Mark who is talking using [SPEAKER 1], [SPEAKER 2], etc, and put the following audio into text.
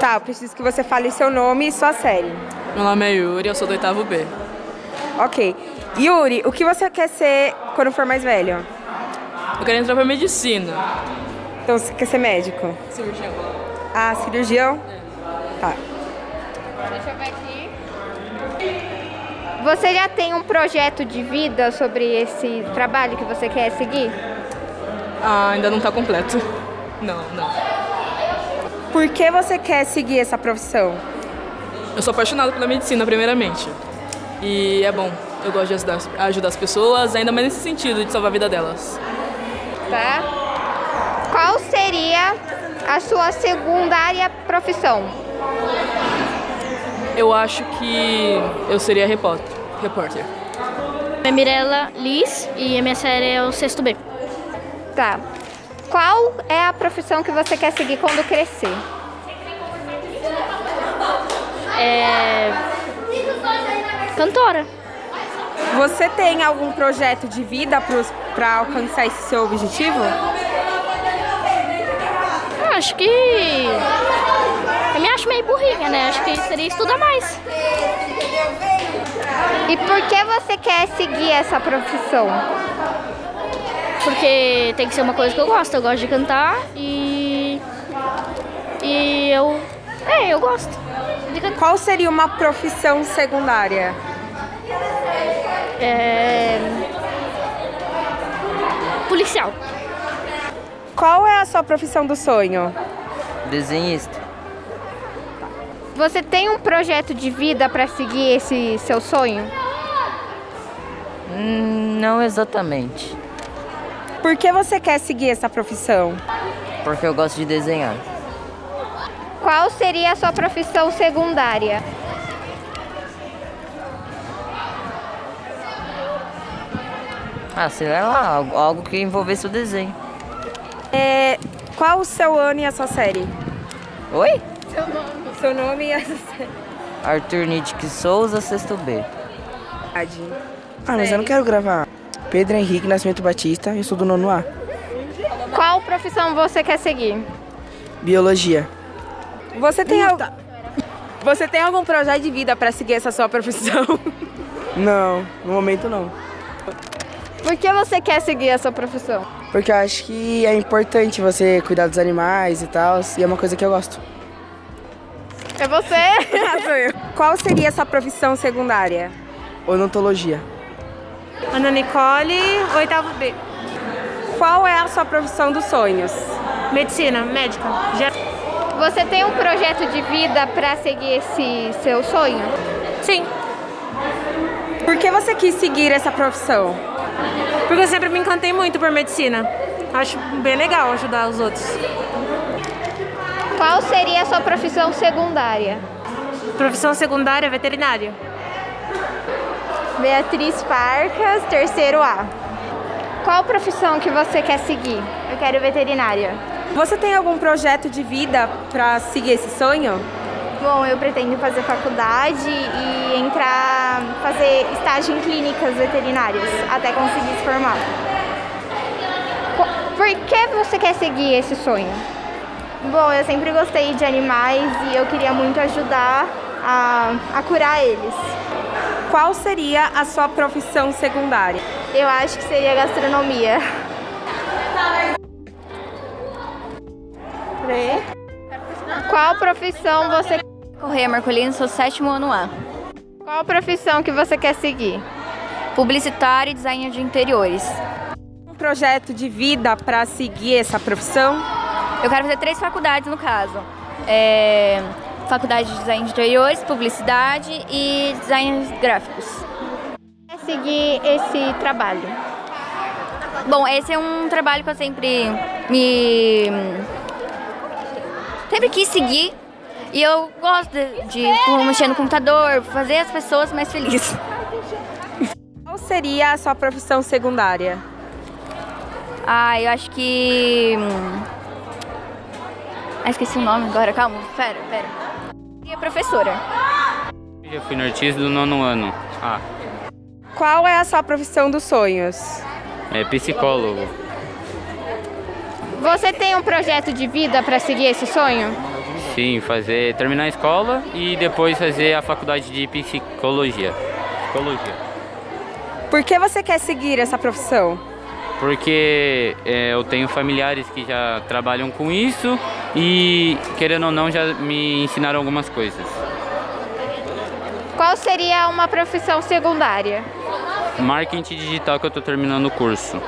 [SPEAKER 1] Tá, eu preciso que você fale seu nome e sua série.
[SPEAKER 2] Meu nome é Yuri, eu sou do oitavo B.
[SPEAKER 1] Ok. Yuri, o que você quer ser quando for mais velho?
[SPEAKER 2] Eu quero entrar pra medicina.
[SPEAKER 1] Então você quer ser médico?
[SPEAKER 2] Cirurgião.
[SPEAKER 1] Ah, cirurgião? Tá.
[SPEAKER 3] Deixa eu ver aqui. Você já tem um projeto de vida sobre esse trabalho que você quer seguir?
[SPEAKER 2] Ah, ainda não tá completo. Não, não.
[SPEAKER 1] Por que você quer seguir essa profissão?
[SPEAKER 2] Eu sou apaixonada pela medicina, primeiramente. E é bom. Eu gosto de ajudar, ajudar as pessoas, ainda mais nesse sentido de salvar a vida delas.
[SPEAKER 3] Tá? Qual seria a sua secundária profissão?
[SPEAKER 2] Eu acho que eu seria repórter. repórter.
[SPEAKER 4] Meu nome é Mirella Liz e a minha série é o sexto B.
[SPEAKER 3] Tá. Qual é a profissão que você quer seguir quando crescer?
[SPEAKER 4] É... Cantora.
[SPEAKER 1] Você tem algum projeto de vida pros- pra alcançar esse seu objetivo?
[SPEAKER 4] Eu acho que... Eu me acho meio burrinha, né? Acho que seria estudar mais.
[SPEAKER 3] E por que você quer seguir essa profissão?
[SPEAKER 4] Porque tem que ser uma coisa que eu gosto. Eu gosto de cantar e... E eu... É, eu gosto de cantar.
[SPEAKER 1] Qual seria uma profissão secundária?
[SPEAKER 4] É... Policial.
[SPEAKER 1] Qual é a sua profissão do sonho?
[SPEAKER 5] Desenhista.
[SPEAKER 3] Você tem um projeto de vida para seguir esse seu sonho?
[SPEAKER 5] Hum, Não exatamente,
[SPEAKER 1] Por que você quer seguir essa profissão?
[SPEAKER 5] porque eu gosto de desenhar.
[SPEAKER 3] Qual seria a sua profissão secundária?
[SPEAKER 5] Ah, sei lá, algo- algo que envolvesse o desenho.
[SPEAKER 1] É, qual o seu ano e a sua série?
[SPEAKER 5] Oi?
[SPEAKER 1] Seu nome e a sua série.
[SPEAKER 5] Arthur Nitke Souza, sexto B.
[SPEAKER 6] Ah, mas eu não quero gravar. Pedro Henrique Nascimento Batista, eu sou do nono A.
[SPEAKER 3] Qual profissão você quer seguir?
[SPEAKER 6] Biologia.
[SPEAKER 1] Você tem, al... você tem algum projeto de vida pra seguir essa sua profissão?
[SPEAKER 6] Não, no momento não.
[SPEAKER 3] Por que você quer seguir essa profissão?
[SPEAKER 6] Porque eu acho que é importante você cuidar dos animais e tal, e é uma coisa que eu gosto.
[SPEAKER 3] É você?
[SPEAKER 1] Ah, qual seria a sua profissão secundária?
[SPEAKER 6] Odontologia.
[SPEAKER 1] Ana Nicole, oitavo B. Qual é a sua profissão dos sonhos?
[SPEAKER 7] Medicina, médica. Já...
[SPEAKER 3] Você tem um projeto de vida para seguir esse seu sonho?
[SPEAKER 7] Sim,
[SPEAKER 1] Por que você quis seguir essa profissão?
[SPEAKER 7] porque eu sempre me encantei muito por medicina. Acho bem legal ajudar os outros.
[SPEAKER 3] Qual seria a sua profissão secundária?
[SPEAKER 7] Profissão secundária, veterinário.
[SPEAKER 3] Beatriz Farcas, terceiro A. Qual profissão que você quer seguir? Eu quero veterinária.
[SPEAKER 1] Você tem algum projeto de vida pra seguir esse sonho?
[SPEAKER 3] Bom, eu pretendo fazer faculdade e entrar, fazer estágio em clínicas veterinárias até conseguir se formar. Por que você quer seguir esse sonho? Bom, eu sempre gostei de animais e eu queria muito ajudar a, a curar eles.
[SPEAKER 1] Qual seria a sua profissão secundária?
[SPEAKER 3] Eu acho que seria gastronomia. Qual profissão você
[SPEAKER 8] Correia Marcolino, sou sétimo ano A.
[SPEAKER 3] qual profissão que você quer seguir?
[SPEAKER 8] Publicitário e designer de interiores.
[SPEAKER 1] Um projeto de vida pra seguir essa profissão?
[SPEAKER 8] Eu quero fazer três faculdades, no caso. É, Faculdade de Design de Interiores, Publicidade e Design Gráficos.
[SPEAKER 3] Quer seguir esse trabalho?
[SPEAKER 8] Bom, esse é um trabalho que eu sempre me... Sempre quis seguir. E eu gosto de, de mexer no computador, fazer as pessoas mais felizes.
[SPEAKER 1] Qual seria a sua profissão secundária?
[SPEAKER 8] Ah, eu acho que. hum, Ah, esqueci o nome agora, calma, pera, pera. E a professora?
[SPEAKER 9] Eu fui nortista do nono ano. Ah,
[SPEAKER 1] Qual é a sua profissão dos sonhos?
[SPEAKER 9] é psicólogo.
[SPEAKER 3] Você tem um projeto de vida para seguir esse sonho?
[SPEAKER 9] Sim, fazer terminar a escola e depois fazer a faculdade de psicologia. Psicologia.
[SPEAKER 1] Por que você quer seguir essa profissão?
[SPEAKER 9] Porque é, eu tenho familiares que já trabalham com isso e, querendo ou não, já me ensinaram algumas coisas.
[SPEAKER 3] Qual seria uma profissão secundária?
[SPEAKER 9] Marketing digital que eu tô terminando o curso.